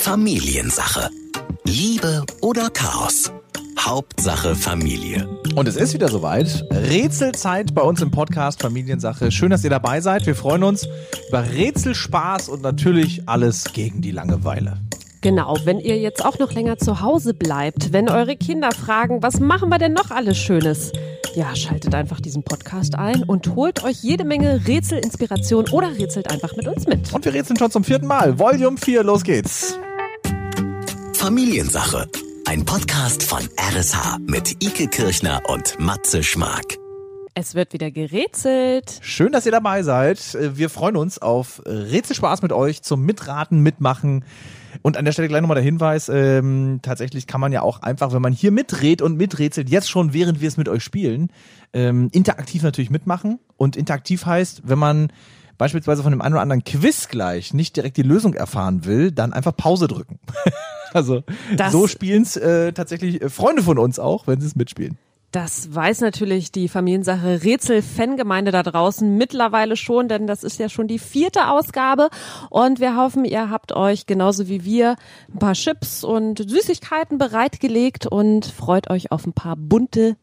Familiensache. Liebe oder Chaos? Hauptsache Familie. Und es ist wieder soweit. Rätselzeit bei uns im Podcast Familiensache. Schön, dass ihr dabei seid. Wir freuen uns über Rätselspaß und natürlich alles gegen die Langeweile. Genau, wenn ihr jetzt auch noch länger zu Hause bleibt, wenn eure Kinder fragen, was machen wir denn noch alles Schönes? Ja, schaltet einfach diesen Podcast ein und holt euch jede Menge Rätselinspiration oder rätselt einfach mit uns mit. Und wir rätseln schon zum vierten Mal. Volume 4, los geht's. Familiensache. Ein Podcast von RSH mit Ike Kirchner und Matze Schmark. Es wird wieder gerätselt. Schön, dass ihr dabei seid. Äh, Wir freuen uns auf Rätselspaß mit euch zum Mitraten, Mitmachen. Und an der Stelle gleich nochmal der Hinweis, ähm, tatsächlich kann man ja auch einfach, wenn man hier mitredet und miträtselt, jetzt schon, während wir es mit euch spielen, ähm, interaktiv natürlich mitmachen. Und interaktiv heißt, wenn man beispielsweise von dem einen oder anderen Quiz gleich nicht direkt die Lösung erfahren will, dann einfach Pause drücken. also Das- so spielen es äh, tatsächlich äh, Freunde von uns auch, wenn sie es mitspielen. Das weiß natürlich die Familiensache Rätsel-Fangemeinde da draußen mittlerweile schon, denn das ist ja schon die vierte Ausgabe. Und wir hoffen, ihr habt euch genauso wie wir ein paar Chips und Süßigkeiten bereitgelegt und freut euch auf ein paar bunte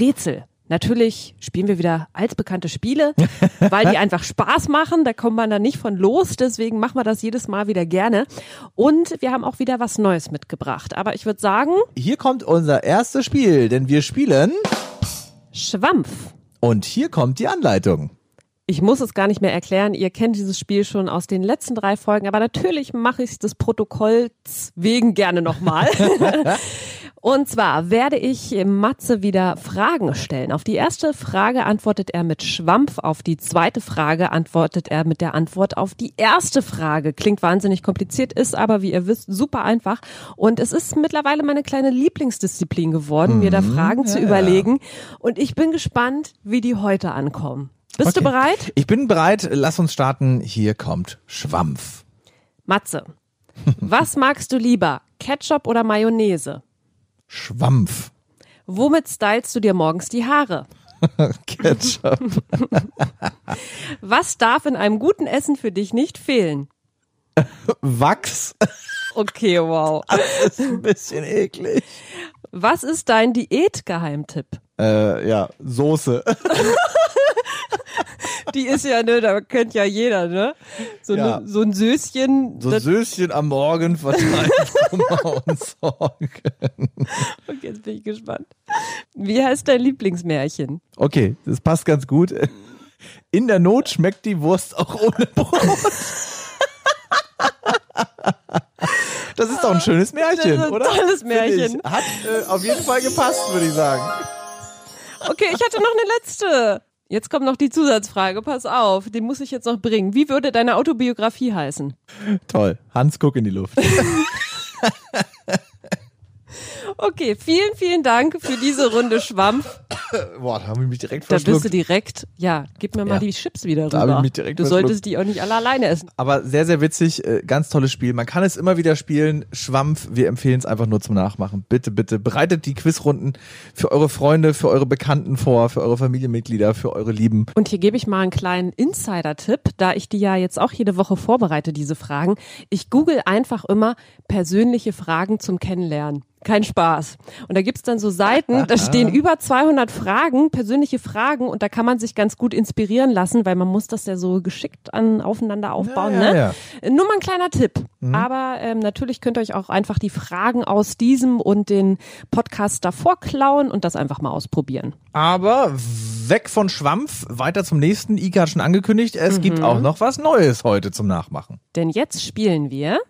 Rätsel. Natürlich spielen wir wieder altbekannte Spiele, weil die einfach Spaß machen. Da kommt man da nicht von los. Deswegen machen wir das jedes Mal wieder gerne. Und wir haben auch wieder was Neues mitgebracht. Aber ich würde sagen, Hier kommt unser erstes Spiel, denn wir spielen Schwampf. und hier kommt die Anleitung. Ich muss es gar nicht mehr erklären. Ihr kennt dieses Spiel schon aus den letzten drei Folgen, aber natürlich mache ich des Protokolls wegen gerne nochmal. Und zwar werde ich Matze wieder Fragen stellen. Auf die erste Frage antwortet er mit Schwampf, auf die zweite Frage antwortet er mit der Antwort auf die erste Frage. Klingt wahnsinnig kompliziert, ist aber, wie ihr wisst, super einfach. Und es ist mittlerweile meine kleine Lieblingsdisziplin geworden, mir da Fragen zu überlegen. Und ich bin gespannt, wie die heute ankommen. Bist du Okay. bereit? Ich bin bereit, lass uns starten. Hier kommt Schwampf. Matze, was magst du lieber, Ketchup oder Mayonnaise? Schwampf. Womit stylst du dir morgens die Haare? Ketchup. Was darf in einem guten Essen für dich nicht fehlen? Wachs. Okay, wow. Das ist ein bisschen eklig. Was ist dein Diätgeheimtipp? Äh, ja, Soße. Die ist ja, ne, da kennt ja jeder, ne? So, Ja. Ne, so ein Söschen. So das- Söschen am Morgen verteilt Kummer und Sorge. okay, jetzt bin ich gespannt. Wie heißt dein Lieblingsmärchen? Okay, das passt ganz gut. In der Not schmeckt die Wurst auch ohne Brot. Das ist doch ein schönes Märchen, Das ist ein oder? tolles Finde ich. Märchen. Hat äh, auf jeden Fall gepasst, würde ich sagen. Okay, ich hatte noch eine letzte. Jetzt kommt noch die Zusatzfrage, pass auf, die muss ich jetzt noch bringen. Wie würde deine Autobiografie heißen? Toll. Hans, guck in die Luft. Okay, vielen, vielen Dank für diese Runde Schwampf. Boah, da haben wir mich direkt Da bist du verschluckt. direkt. Ja, gib mir mal Ja. die Chips wieder rüber. Da hab ich mich direkt du solltest verschluckt. die auch nicht alle alleine essen. Aber sehr, sehr witzig. äh, Ganz tolles Spiel. Man kann es immer wieder spielen. Schwampf, wir empfehlen es einfach nur zum Nachmachen. Bitte, bitte bereitet die Quizrunden für eure Freunde, für eure Bekannten vor, für eure Familienmitglieder, für eure Lieben. Und hier gebe ich mal einen kleinen Insider-Tipp, da ich die ja jetzt auch jede Woche vorbereite, diese Fragen. Ich google einfach immer persönliche Fragen zum Kennenlernen. Kein Spaß. Und da gibt's dann so Seiten, da stehen über 200 Fragen, persönliche Fragen und da kann man sich ganz gut inspirieren lassen, weil man muss das ja so geschickt an, aufeinander aufbauen. Ja, Mhm. ja, ne? Nur mal ein kleiner Tipp. Aber ähm, natürlich könnt ihr euch auch einfach die Fragen aus diesem und den Podcast davor klauen und das einfach mal ausprobieren. Aber weg von Schwampf, weiter zum nächsten. Ike hat schon angekündigt, es gibt Mhm. auch noch was Neues heute zum Nachmachen. Denn jetzt spielen wir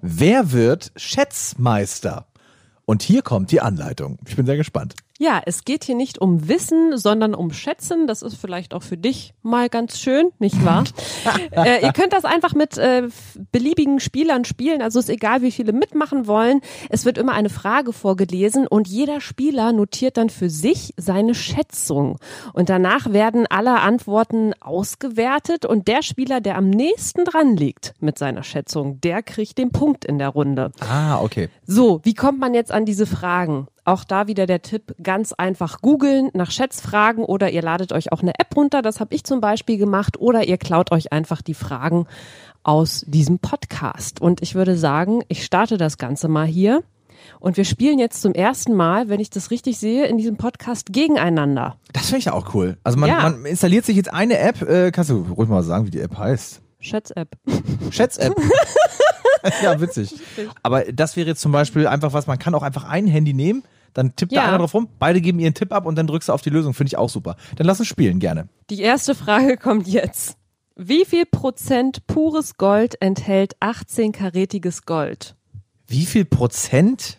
Wer wird Schätzmeister? Und hier kommt die Anleitung. Ich bin sehr gespannt. Ja, es geht hier nicht um Wissen, sondern um Schätzen. Das ist vielleicht auch für dich mal ganz schön, nicht wahr? äh, ihr könnt das einfach mit äh, f- beliebigen Spielern spielen. Also ist egal, wie viele mitmachen wollen. Es wird immer eine Frage vorgelesen und jeder Spieler notiert dann für sich seine Schätzung. Und danach werden alle Antworten ausgewertet und der Spieler, der am nächsten dran liegt mit seiner Schätzung, der kriegt den Punkt in der Runde. Ah, okay. So, wie kommt man jetzt an diese Fragen? Auch da wieder der Tipp, ganz einfach googeln nach Schätzfragen oder ihr ladet euch auch eine App runter, das habe ich zum Beispiel gemacht, oder ihr klaut euch einfach die Fragen aus diesem Podcast. Und ich würde sagen, ich starte das Ganze mal hier. Und wir spielen jetzt zum ersten Mal, wenn ich das richtig sehe, in diesem Podcast gegeneinander. Das finde ich ja auch cool. Also man, Ja. man installiert sich jetzt eine App, äh, kannst du ruhig mal sagen, wie die App heißt. Schätz-App. Schätz-App. ja, witzig. Aber das wäre jetzt zum Beispiel einfach was, man kann auch einfach ein Handy nehmen, dann tippt da Ja. einer drauf rum, beide geben ihren Tipp ab und dann drückst du auf die Lösung. Finde ich auch super. Dann lass uns spielen, gerne. Die erste Frage kommt jetzt. Wie viel Prozent pures Gold enthält 18-karätiges Gold? Wie viel Prozent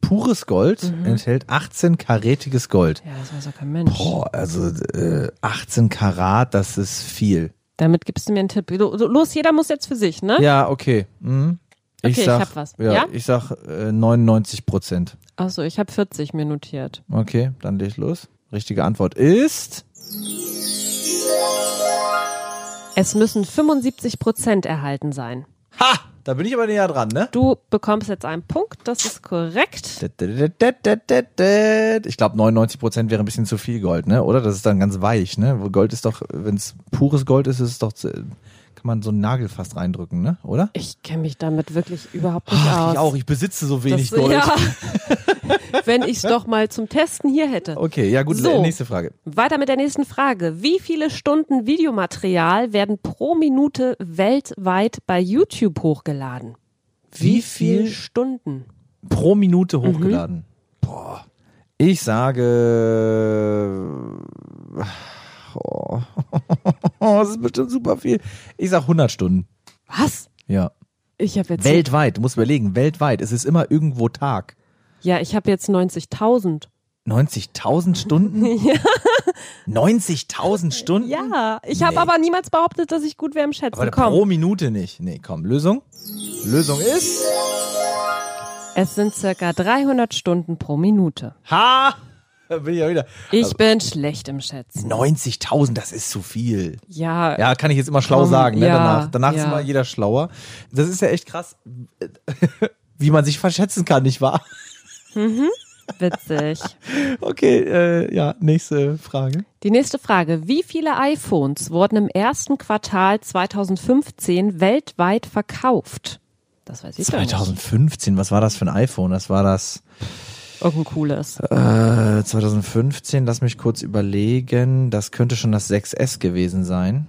pures Gold Mhm. enthält 18 karätiges Gold? Ja, das weiß doch kein Mensch. Boah, also äh, 18 Karat, das ist viel. Damit gibst du mir einen Tipp. Lo- so, Los, jeder muss jetzt für sich, ne? Ja, okay. Mhm. Okay, ich sag, hab was. Ja, Ja? Ich sag äh, 99 Prozent. Achso, ich habe 40 mir notiert. Okay, dann leg ich los. Richtige Antwort ist. Es müssen 75 Prozent erhalten sein. Ha! Da bin ich aber näher dran, ne? Du bekommst jetzt einen Punkt, das ist korrekt. Ich glaube, 99 Prozent wäre ein bisschen zu viel Gold, ne? Oder? Das ist dann ganz weich, ne? Wo Gold ist doch, wenn es pures Gold ist, ist es doch, zu- kann man so einen Nagel fast reindrücken, ne? Oder? Ich kenne mich damit wirklich überhaupt nicht Ach, aus. ich auch. Ich besitze so wenig das, Gold. Ja, wenn ich es doch mal zum Testen hier hätte. Okay, ja gut. So. Nächste Frage. Weiter mit der nächsten Frage. Wie viele Stunden Videomaterial werden pro Minute weltweit bei YouTube hochgeladen? Wie viele viel Stunden? pro Mhm. Minute hochgeladen? Boah. Ich sage. äh, Oh. das ist bestimmt super viel. Ich sag 100 Stunden. Was? Ja. Ich habe jetzt Weltweit, du musst überlegen, weltweit. Es ist immer irgendwo Tag. Ja, ich habe jetzt 90.000. 90.000 Stunden? 90.000 Stunden? Ja, ich habe aber niemals behauptet, dass ich gut wäre im Schätzen. Aber Komm, pro Minute nicht. Nee, komm. Lösung? Lösung ist. es sind circa 300 Stunden pro Minute. Ha! Da bin ich ja wieder. Ich bin schlecht im Schätzen. 90.000, das ist zu viel. Ja, Ja, kann ich jetzt immer schlau Komm, sagen, ne? ja, danach. Danach ist ja. immer jeder schlauer. Das ist ja echt krass, wie man sich verschätzen kann, nicht wahr? witzig. Okay, äh, ja, nächste Frage. Die nächste Frage. Wie viele iPhones wurden im ersten Quartal 2015 weltweit verkauft? Das weiß ich doch nicht. 2015, was war das für ein iPhone? Das war das Irgendein cooles. äh, 2015, lass mich kurz überlegen, das könnte schon das 6S gewesen sein.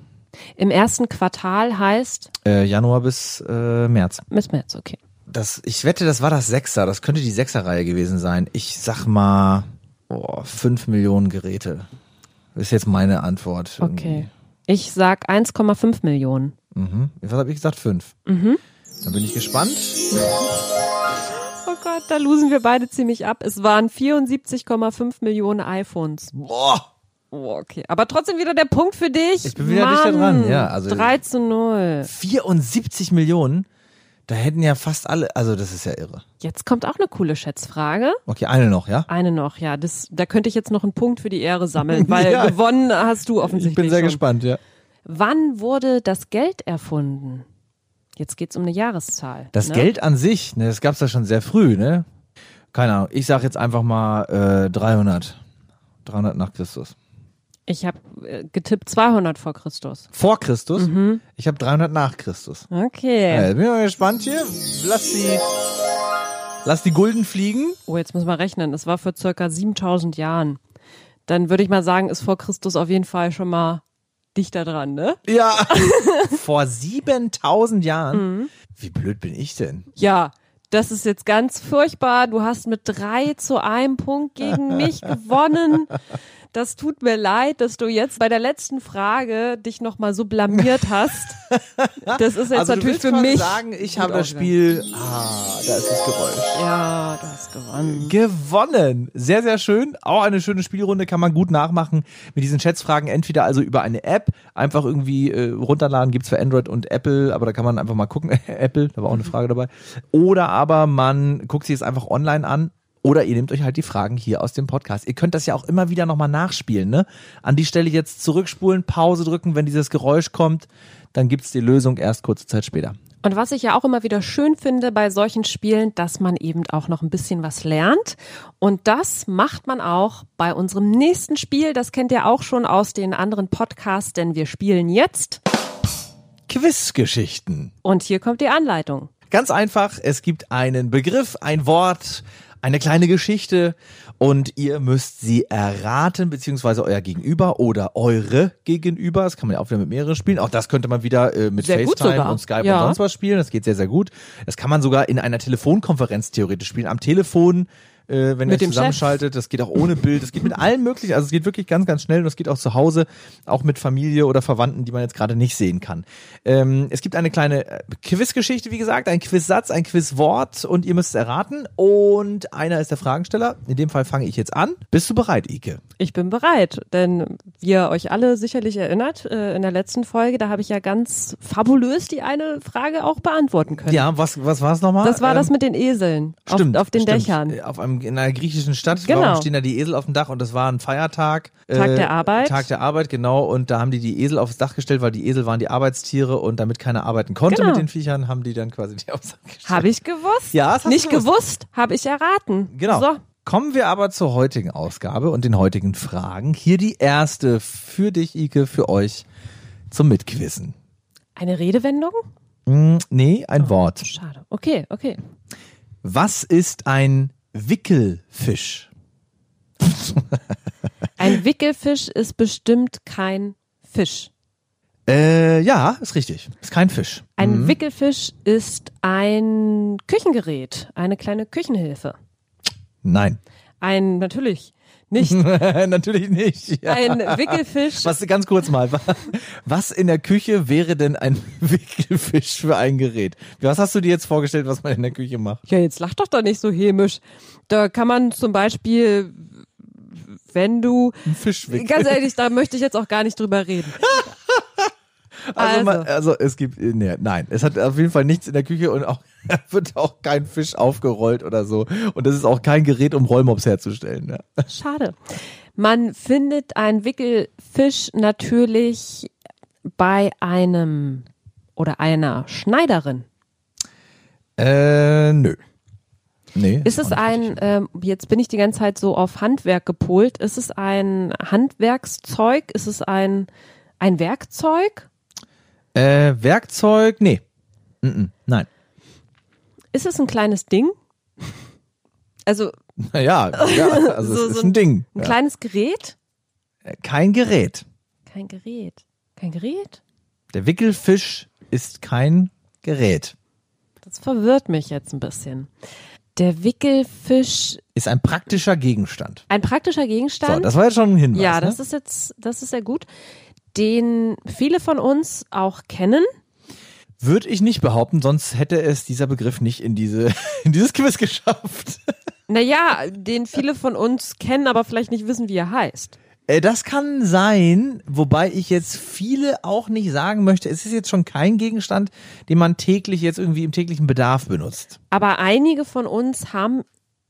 Im ersten Quartal heißt, Äh, Januar bis äh, März. müssen wir jetzt, okay. Das, ich wette, das war das 6er, das könnte die 6er-Reihe gewesen sein. Ich sag mal, oh, 5 Millionen Geräte. Ist jetzt meine Antwort. irgendwie. Okay. Ich sag 1,5 Millionen. Mhm. Was habe ich gesagt? Fünf. Mhm. Dann bin ich gespannt. Oh Gott, da losen wir beide ziemlich ab. Es waren 74,5 Millionen iPhones. Boah! Oh, okay. Aber trotzdem wieder der Punkt für dich. Ich bin wieder Mann, dichter dran, ja, also- 3 zu 0. 74 Millionen? Da hätten ja fast alle. Also, das ist ja irre. Jetzt kommt auch eine coole Schätzfrage. Okay, eine noch, ja? Eine noch, ja. Das, da könnte ich jetzt noch einen Punkt für die Ehre sammeln, weil Ja. gewonnen hast du offensichtlich. schon. gespannt, ja. Wann wurde das Geld erfunden? Jetzt geht's um eine Jahreszahl. Das ne? Geld an sich, ne, das gab's ja schon sehr früh, ne? Keine Ahnung. Ich sag jetzt einfach mal äh, 300. 300 nach Christus. Ich habe äh, getippt 200 vor Christus. Vor Christus? Mhm. Ich habe 300 nach Christus. Okay. Äh, bin ich mal gespannt hier. Lass die. Lass die Gulden fliegen. Oh, jetzt muss man rechnen. Das war vor circa 7000 Jahren. Dann würde ich mal sagen, ist vor Christus auf jeden Fall schon mal dichter dran, ne? Ja. Vor 7000 Jahren. Mhm. Wie blöd bin ich denn? Ja, das ist jetzt ganz furchtbar. Du hast mit drei zu einem Punkt gegen mich gewonnen. Das tut mir leid, dass du jetzt bei der letzten Frage dich nochmal so blamiert hast. Das ist jetzt also du natürlich willst für quasi mich. sagen, ich gut habe das ausgegangen. Spiel. Ah, da ist das Geräusch. Ja, du hast gewonnen. Gewonnen. Sehr, sehr schön. Auch eine schöne Spielrunde kann man gut nachmachen mit diesen Schätzfragen. Entweder also über eine App, einfach irgendwie äh, runterladen, gibt's für Android und Apple, aber da kann man einfach mal gucken. Apple, da war auch eine Frage dabei. Oder aber man guckt sich jetzt einfach online an. Oder ihr nehmt euch halt die Fragen hier aus dem Podcast. Ihr könnt das ja auch immer wieder nochmal nachspielen, ne? An die Stelle jetzt zurückspulen, Pause drücken, wenn dieses Geräusch kommt, dann gibt's die Lösung erst kurze Zeit später. Und was ich ja auch immer wieder schön finde bei solchen Spielen, dass man eben auch noch ein bisschen was lernt. Und das macht man auch bei unserem nächsten Spiel. Das kennt ihr auch schon aus den anderen Podcasts, denn wir spielen jetzt. Quizgeschichten. Und hier kommt die Anleitung. Ganz einfach, es gibt einen Begriff, ein Wort, eine kleine Geschichte und ihr müsst sie erraten, beziehungsweise euer Gegenüber oder eure Gegenüber. Das kann man ja auch wieder mit mehreren spielen. Auch das könnte man wieder äh, mit Sehr gut FaceTime sogar. und Skype Ja. und sonst was spielen. Das geht sehr, sehr gut. Das kann man sogar in einer Telefonkonferenz theoretisch spielen. Am Telefon, äh, wenn ihr Mit euch dem zusammenschaltet, das geht auch ohne Bild, das geht mit allen möglichen, also es geht wirklich ganz, ganz schnell und es geht auch zu Hause, auch mit Familie oder Verwandten, die man jetzt gerade nicht sehen kann. Ähm, es gibt eine kleine äh, Quizgeschichte, wie gesagt, ein Quizsatz, ein Quizwort und ihr müsst es erraten und einer ist der Fragensteller. In dem Fall fange ich jetzt an. Bist du bereit, Ike? Ich bin bereit, denn wie ihr euch alle sicherlich erinnert, äh, in der letzten Folge, da habe ich ja ganz fabulös die eine Frage auch beantworten können. Ja, was, was war es nochmal? Das war das mit den Eseln Stimmt, auf, auf den stimmt. Äh, Dächern. Auf einem, in einer griechischen Stadt. Genau. Warum stehen da die Esel auf dem Dach? Und das war ein Feiertag. äh, Tag der Arbeit. Tag der Arbeit, genau. Und da haben die die Esel aufs Dach gestellt, weil die Esel waren die Arbeitstiere. Und damit keiner arbeiten konnte Genau. mit den Viechern, haben die dann quasi die aufs Dach gestellt. Habe ich gewusst? Ja, das hast du Nicht gewusst. gewusst, habe ich erraten. Genau. So, Kommen wir aber zur heutigen Ausgabe und den heutigen Fragen. Hier die erste für dich, Ike, für euch zum Mitquissen. eine Redewendung? Hm, nee, ein Oh. Wort. Schade. Okay, okay. Was ist ein Wickelfisch? Ein Wickelfisch ist bestimmt kein Fisch. Äh, ja, ist richtig. Ist kein Fisch. Ein Wickelfisch ist ein Küchengerät, eine kleine Küchenhilfe. Nein. Ein, natürlich, nicht Natürlich nicht. Mhm. Ja. ein Wickelfisch. Was ganz kurz mal, was in der Küche wäre denn ein Wickelfisch für ein Gerät? Was hast du dir jetzt vorgestellt, was man in der Küche macht? Ja, jetzt lach doch da nicht so hämisch. Da kann man zum Beispiel, wenn du, Ein Fischwickel. ganz ehrlich, da möchte ich jetzt auch gar nicht drüber reden. also, man, also. also es gibt nee, nein, es hat auf jeden Fall nichts in der Küche und auch wird auch kein Fisch aufgerollt oder so und das ist auch kein Gerät, um Rollmops herzustellen. ne? Ja. Schade. Man findet einen Wickelfisch natürlich bei einem oder einer Schneiderin. Äh nö. Nee. Ist auch es nicht ein, richtig. ähm, jetzt bin ich die ganze Zeit so auf Handwerk gepolt, ist es ein Handwerkszeug? Ist es ein, ein Werkzeug? äh Werkzeug? Nee. Mm-mm, nein. Ist es ein kleines Ding? Also Naja, ja, also So- es so ist ein Ding. ein Ja. kleines Gerät? Äh, Kein Gerät. Kein Gerät. Kein Gerät? Der Wickelfisch ist kein Gerät. Das verwirrt mich jetzt ein bisschen. Der Wickelfisch, Ist ein praktischer Gegenstand. ein praktischer So, Gegenstand. das war jetzt schon ein Hinweis. ja, ne? das ist jetzt, das ist sehr gut, den viele von uns auch kennen. Würde ich nicht behaupten, sonst hätte es dieser Begriff nicht in, diese, in dieses Quiz geschafft. Naja, den viele von uns kennen, aber vielleicht nicht wissen, wie er heißt. Äh, Das kann sein, wobei ich jetzt viele auch nicht sagen möchte. Es ist jetzt schon kein Gegenstand, den man täglich jetzt irgendwie im täglichen Bedarf benutzt. Aber einige von uns haben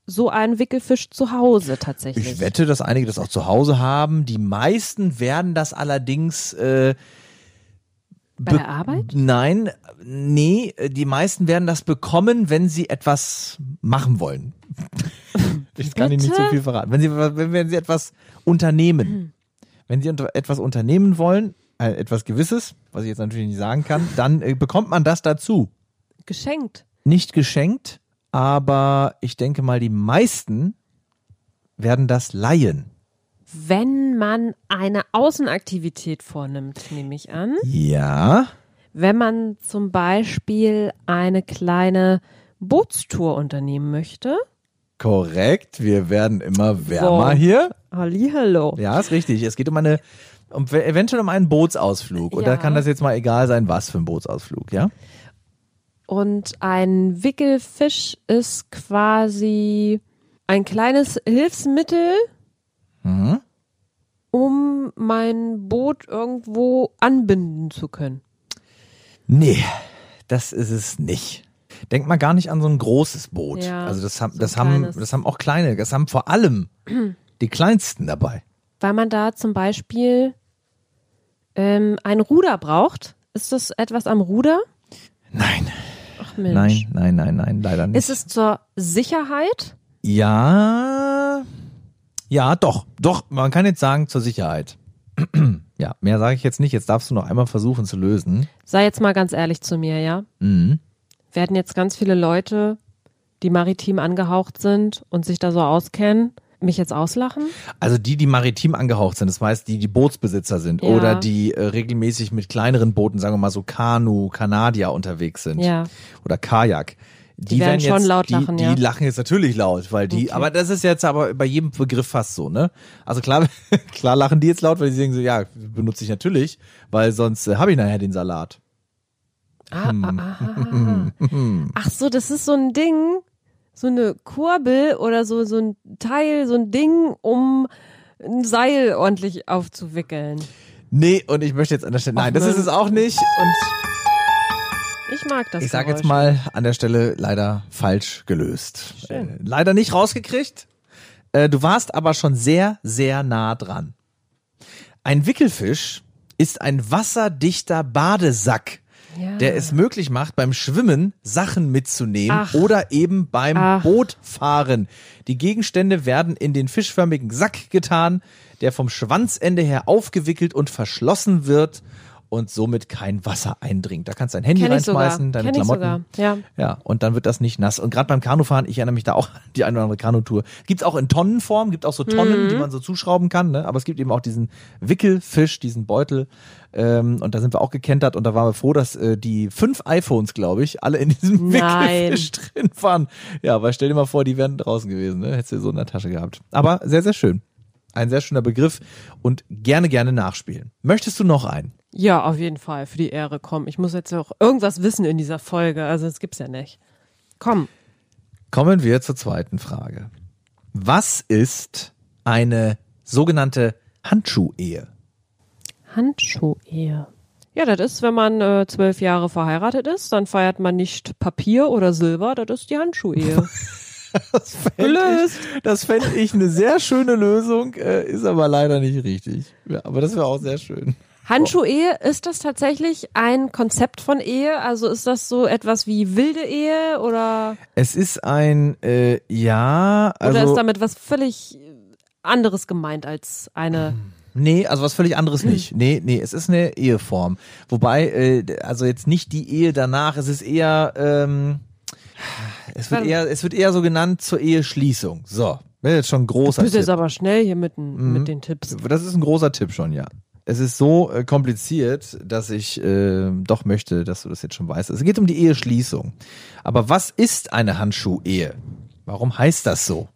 so einen Wickelfisch zu Hause tatsächlich. Ich wette, dass einige das auch zu Hause haben. Die meisten werden das allerdings äh, Bei Be- der Arbeit? Nein, nee, die meisten werden das bekommen, wenn sie etwas machen wollen. Ich kann Ihnen nicht so Bitte? Hm. viel verraten. Wenn sie, wenn, wenn sie etwas unternehmen, wenn sie unter, etwas unternehmen wollen, äh, etwas Gewisses, was ich jetzt natürlich nicht sagen kann, dann äh, bekommt man das dazu. Geschenkt. Nicht geschenkt, aber ich denke mal, die meisten werden das leihen. Wenn man eine Außenaktivität vornimmt, nehme ich an. Ja. Wenn man zum Beispiel eine kleine Bootstour unternehmen möchte. Korrekt, wir werden immer wärmer Wow. hier. Hallihallo. Ja, ist richtig. Es geht um eine, um, eventuell um einen Bootsausflug. Oder Ja. kann das jetzt mal egal sein, was für ein Bootsausflug, ja? Und ein Wickelfisch ist quasi ein kleines Hilfsmittel, um mein Boot irgendwo anbinden zu können. Nee, das ist es nicht. Denk mal gar nicht an so ein großes Boot. Ja, also das haben, so ein das haben, kleines. das haben auch kleine, das haben vor allem die kleinsten dabei. Weil man da zum Beispiel ähm, ein Ruder braucht. Ist das etwas am Ruder? Nein, Ach Mensch. nein, nein, nein, nein, leider nicht. Ist es zur Sicherheit? Ja, ja, doch, doch, man kann jetzt sagen, zur Sicherheit. ja, mehr sage ich jetzt nicht. Jetzt darfst du noch einmal versuchen zu lösen. Sei jetzt mal ganz ehrlich zu mir, ja? Mhm. Werden jetzt ganz viele Leute, die maritim angehaucht sind und sich da so auskennen, mich jetzt auslachen? Also die, die maritim angehaucht sind, das heißt, die, die Bootsbesitzer sind Ja. oder die äh, regelmäßig mit kleineren Booten, sagen wir mal so Kanu, Kanadier unterwegs sind Ja. oder Kajak. Die, werden schon jetzt, laut die, lachen, die ja. lachen jetzt natürlich laut, weil die, Okay. aber das ist jetzt aber bei jedem Begriff fast so, ne? Also klar, klar lachen die jetzt laut, weil die sagen so, ja, benutze ich natürlich, weil sonst äh, habe ich nachher den Salat. Ah, ah, ah, ah. Ach so, das ist so ein Ding, so eine Kurbel oder so, so ein Teil, so ein Ding, um ein Seil ordentlich aufzuwickeln. Nee, und ich möchte jetzt an der Stelle. Nein, Och, das ist Mann. es auch nicht. Und Ich mag das. ich sage jetzt Geräusch. mal an der Stelle leider falsch gelöst. Schön. Äh, leider nicht rausgekriegt. Äh, du warst aber schon sehr, sehr nah dran. Ein Wickelfisch ist ein wasserdichter Badesack, Ja. der es möglich macht, beim Schwimmen Sachen mitzunehmen Ach. oder eben beim Ach. Bootfahren. Die Gegenstände werden in den fischförmigen Sack getan, der vom Schwanzende her aufgewickelt und verschlossen wird und somit kein Wasser eindringt. Da kannst du dein Handy Kenn ich sogar. reinschmeißen, deine Kenn ich sogar. Klamotten. Ja. Ja, und dann wird das nicht nass. Und gerade beim Kanufahren, ich erinnere mich da auch an die eine oder andere Kanutour. Gibt's auch in Tonnenform, gibt auch so Tonnen, Mhm. die man so zuschrauben kann, ne? aber es gibt eben auch diesen Wickelfisch, diesen Beutel. Ähm, und da sind wir auch gekentert und da waren wir froh, dass äh, die fünf iPhones, glaube ich, alle in diesem Nein. Wickelfisch drin waren. Ja, weil stell dir mal vor, die wären draußen gewesen, ne? hättest du so in der Tasche gehabt. Aber sehr, sehr schön. Ein sehr schöner Begriff und gerne, gerne nachspielen. Möchtest du noch einen? ja, auf jeden Fall. Für die Ehre, komm. Ich muss jetzt auch irgendwas wissen in dieser Folge. Also, das gibt's ja nicht. Komm. Kommen wir zur zweiten Frage. Was ist eine sogenannte Handschuhehe? Handschuhehe. Ja, das ist, wenn man äh, zwölf Jahre verheiratet ist, dann feiert man nicht Papier oder Silber, das ist die Handschuhehe. Das fände Gelöst. ich, das fänd ich eine sehr schöne Lösung, äh, ist aber leider nicht richtig. Ja, aber das wäre auch sehr schön. Handschuh-Ehe, ist das tatsächlich ein Konzept von Ehe? Also ist das so etwas wie wilde Ehe oder, Es ist ein, äh, ja, oder ist also, damit was völlig anderes gemeint als eine? nee, also was völlig anderes Hm. nicht. Nee, nee, es ist eine Eheform. Wobei, äh, also jetzt nicht die Ehe danach, es ist eher, ähm, es wird Warte. eher, es wird eher so genannt zur Eheschließung. So, das ist jetzt Mhm. schon ein großer Du bist Tipp. jetzt aber schnell hier mit, den- mit den Tipps. Das ist ein großer Tipp schon, ja. Es ist so äh, kompliziert, dass ich äh, doch möchte, dass du das jetzt schon weißt. Es geht um die Eheschließung. Aber was ist eine Handschuhehe? Warum heißt das so?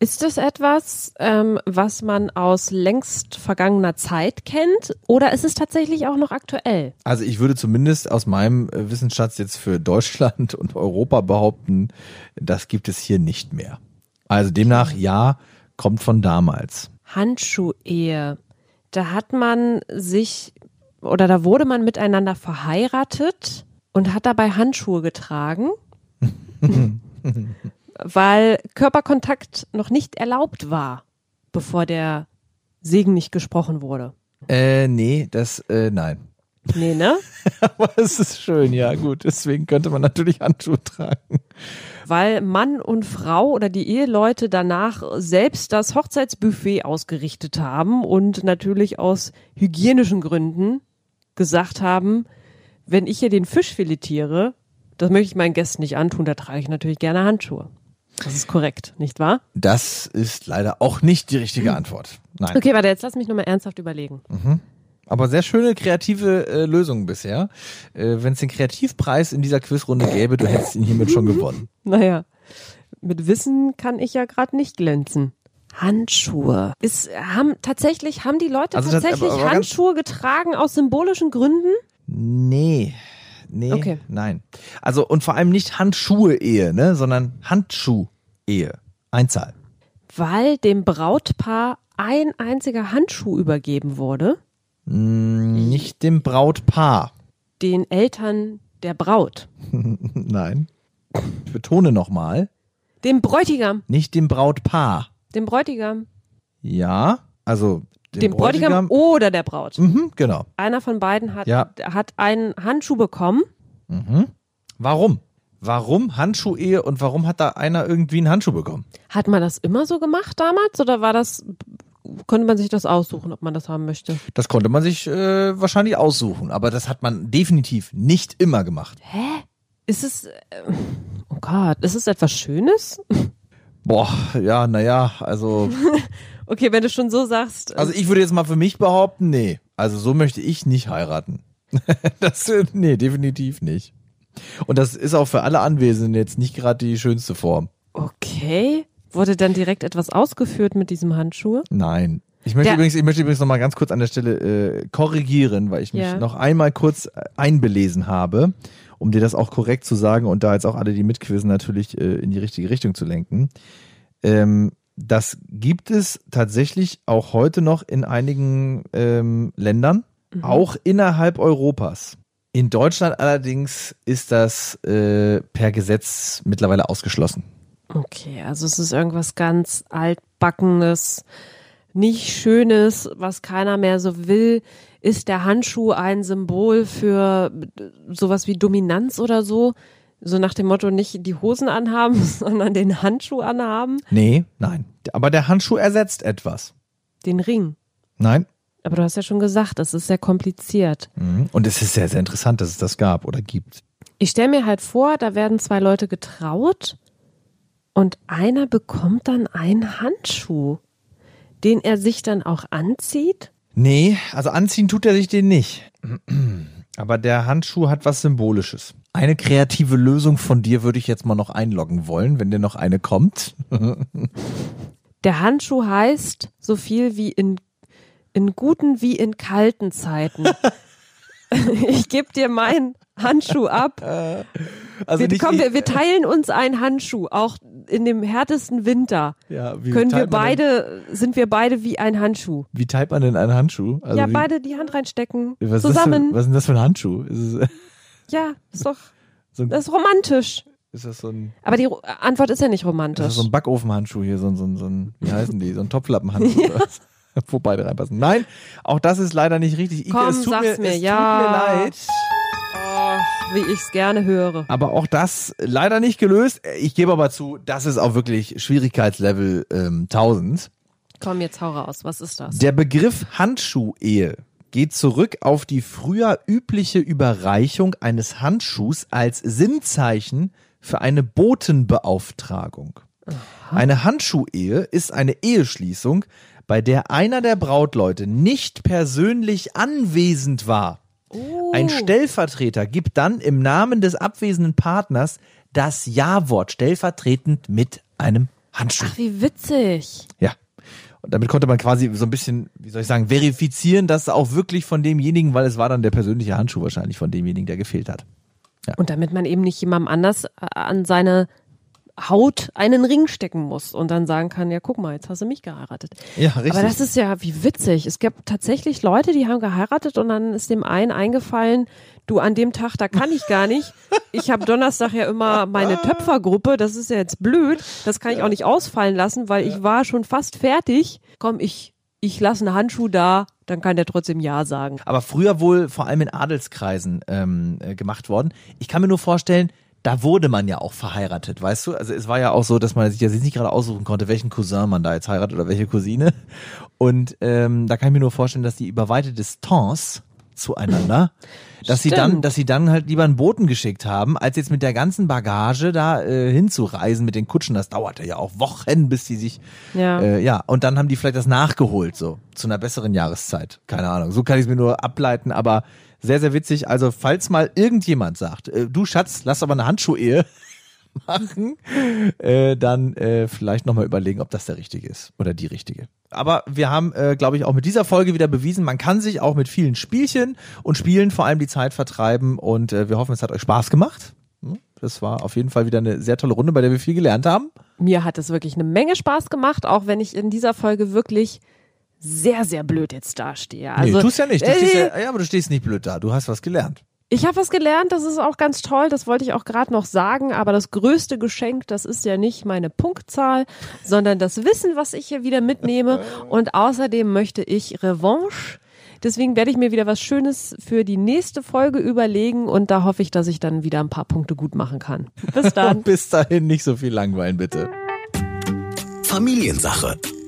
Ist das etwas, ähm, was man aus längst vergangener Zeit kennt oder ist es tatsächlich auch noch aktuell? Also ich würde zumindest aus meinem äh, Wissensschatz jetzt für Deutschland und Europa behaupten, das gibt es hier nicht mehr. Also demnach ja, kommt von damals. Handschuhehe. Da hat man sich oder da wurde man miteinander verheiratet und hat dabei Handschuhe getragen, weil Körperkontakt noch nicht erlaubt war, bevor der Segen nicht gesprochen wurde. Äh, nee, das, äh, nein. Nee, ne? Aber es ist schön, ja gut. Deswegen könnte man natürlich Handschuhe tragen. Weil Mann und Frau oder die Eheleute danach selbst das Hochzeitsbuffet ausgerichtet haben und natürlich aus hygienischen Gründen gesagt haben, wenn ich hier den Fisch filetiere, das möchte ich meinen Gästen nicht antun, da trage ich natürlich gerne Handschuhe. Das ist korrekt, nicht wahr? Das ist leider auch nicht die richtige Antwort. Nein. Hm. Okay, warte, jetzt lass mich nochmal ernsthaft überlegen. Aber sehr schöne kreative äh, Lösungen bisher. Äh, Wenn es den Kreativpreis in dieser Quizrunde gäbe, du hättest ihn hiermit schon gewonnen. Naja, mit Wissen kann ich ja gerade nicht glänzen. Handschuhe. Ist, haben, tatsächlich, haben die Leute Also das- tatsächlich aber- aber ganz- Handschuhe getragen aus symbolischen Gründen? Nee. Nee. Okay. Nein. Also und vor allem nicht Handschuhe-Ehe, ne, sondern Handschuh-Ehe. Einzahl. weil dem Brautpaar ein einziger Handschuh übergeben wurde, Hm, Nicht dem Brautpaar. den Eltern der Braut. Nein. Ich betone nochmal. Dem Bräutigam, Nicht dem Brautpaar. dem Bräutigam, Ja. Also dem, dem Bräutigam, Bräutigam. oder der Braut. Mhm, genau. Einer von beiden hat, Ja. hat einen Handschuh bekommen, Warum? Warum Handschuh-Ehe und warum hat da einer irgendwie einen Handschuh bekommen? Hat man das immer so gemacht damals oder war das, konnte man sich das aussuchen, ob man das haben möchte? Das konnte man sich äh, wahrscheinlich aussuchen, aber das hat man definitiv nicht immer gemacht. Hä? Ist es, äh, oh Gott, ist es etwas Schönes? Boah, ja, naja, also, Okay, wenn du schon so sagst. äh, also ich würde jetzt mal für mich behaupten, nee, also so möchte ich nicht heiraten. das, äh, nee, definitiv nicht. Und das ist auch für alle Anwesenden jetzt nicht gerade die schönste Form. okay. Wurde dann direkt etwas ausgeführt mit diesem Handschuh? Nein. Ich möchte Der- übrigens, ich möchte übrigens noch mal ganz kurz an der Stelle äh, korrigieren, weil ich mich Ja. noch einmal kurz äh, einbelesen habe, um dir das auch korrekt zu sagen und da jetzt auch alle, die mitquizzen, natürlich äh, in die richtige Richtung zu lenken. Ähm, das gibt es tatsächlich auch heute noch in einigen ähm, Ländern, auch innerhalb Europas. In Deutschland allerdings ist das äh, per Gesetz mittlerweile ausgeschlossen. Okay, also es ist irgendwas ganz altbackenes, nicht schönes, was keiner mehr so will. Ist der Handschuh ein Symbol für sowas wie Dominanz oder so? So nach dem Motto nicht die Hosen anhaben, sondern den Handschuh anhaben, Nee, nein. Aber der Handschuh ersetzt etwas. den Ring. Nein, Aber du hast ja schon gesagt, das ist sehr kompliziert. Mhm. Und es ist sehr, sehr interessant, dass es das gab oder gibt. Ich stelle mir halt vor, da werden zwei Leute getraut und einer bekommt dann einen Handschuh, den er sich dann auch anzieht. Nee, also anziehen tut er sich den nicht. Aber der Handschuh hat was Symbolisches. Eine kreative Lösung von dir würde ich jetzt mal noch einloggen wollen, wenn dir noch eine kommt. Der Handschuh heißt so viel wie in, in guten wie in kalten Zeiten. ich gebe dir meinen Handschuh ab. Also wir, komm, wir, wir teilen uns einen Handschuh, auch in dem härtesten Winter. ja, wie Können wir teilt man denn- beide, sind wir beide wie ein Handschuh. wie teilt man denn einen Handschuh? Also ja, wie, beide die Hand reinstecken. was Ist das für, zusammen. was ist denn das für ein Handschuh? Ist, es, ja, ist doch, so ein, das ist romantisch. ist das so ein, Aber die Ru- Antwort ist ja nicht ist das romantisch. so ein Backofenhandschuh hier? So ein, so ein, so ein, wie heißen die? So ein Topflappenhandschuh. oder was? Wo beide reinpassen. Nein, auch das ist leider nicht richtig. Ike, Komm, es tut sag's mir, mir, Es ja. tut mir leid. wie ich es gerne höre. Aber auch das äh, leider nicht gelöst. Äh, Ich gebe aber zu, das ist auch wirklich Schwierigkeitslevel ähm, 1000. Komm, jetzt hau raus. Was ist das? Der Begriff Handschuh-Ehe geht zurück auf die früher übliche Überreichung eines Handschuhs als Sinnzeichen für eine Botenbeauftragung. Eine Handschuh-Ehe ist eine Eheschließung, bei der einer der Brautleute nicht persönlich anwesend war. Ein Stellvertreter gibt dann im Namen des abwesenden Partners das Ja-Wort stellvertretend mit einem Handschuh. Ach, wie witzig. Ja. Und damit konnte man quasi so ein bisschen, wie soll ich sagen, verifizieren, dass auch wirklich von demjenigen, weil es war dann der persönliche Handschuh wahrscheinlich von demjenigen, der gefehlt hat. Und damit man eben nicht jemandem anders äh, an seine Haut einen Ring stecken muss und dann sagen kann, ja, guck mal, jetzt hast du mich geheiratet. Ja, richtig. Aber das ist ja wie witzig. Es gibt tatsächlich Leute, die haben geheiratet und dann ist dem einen eingefallen, du an dem Tag, da kann ich gar nicht. Ich habe Donnerstag ja immer meine Töpfergruppe, das ist ja jetzt blöd, das kann ich auch nicht ausfallen lassen, weil ich war schon fast fertig. Komm, ich ich lasse einen Handschuh da, dann kann der trotzdem ja sagen. Aber früher wohl vor allem in Adelskreisen ähm, äh, gemacht worden. Ich kann mir nur vorstellen, da wurde man ja auch verheiratet, weißt du? Also es war ja auch so, dass man sich ja nicht gerade aussuchen konnte, welchen Cousin man da jetzt heiratet oder welche Cousine. Und ähm, da kann ich mir nur vorstellen, dass die über weite Distanz zueinander, dass sie dann, Stimmt. dass sie dann halt lieber einen Boten geschickt haben, als jetzt mit der ganzen Bagage da äh, hinzureisen mit den Kutschen. Das dauerte ja auch Wochen, bis die sich Ja. äh, ja, und dann haben die vielleicht das nachgeholt, so zu einer besseren Jahreszeit. Keine Ahnung. So kann ich es mir nur ableiten, aber sehr, sehr witzig. Also, falls mal irgendjemand sagt, äh, du Schatz, lass aber eine Handschuhehe machen, äh, dann äh, vielleicht nochmal überlegen, ob das der richtige ist oder die richtige. Aber wir haben, äh, glaube ich, auch mit dieser Folge wieder bewiesen, man kann sich auch mit vielen Spielchen und Spielen vor allem die Zeit vertreiben und äh, wir hoffen, es hat euch Spaß gemacht. Hm? Das war auf jeden Fall wieder eine sehr tolle Runde, bei der wir viel gelernt haben. Mir hat es wirklich eine Menge Spaß gemacht, auch wenn ich in dieser Folge wirklich sehr, sehr blöd jetzt dastehe. Also, nee, tust ja nicht. Du Äh, stehst ja, ja, aber du stehst nicht blöd da. Du hast was gelernt. Ich habe was gelernt, das ist auch ganz toll, das wollte ich auch gerade noch sagen, aber das größte Geschenk, das ist ja nicht meine Punktzahl, sondern das Wissen, was ich hier wieder mitnehme. Und außerdem möchte ich Revanche Deswegen werde ich mir wieder was Schönes für die nächste Folge überlegen und da hoffe ich, dass ich dann wieder ein paar Punkte gut machen kann. Bis dann. Und bis dahin nicht so viel langweilen, bitte. Familiensache.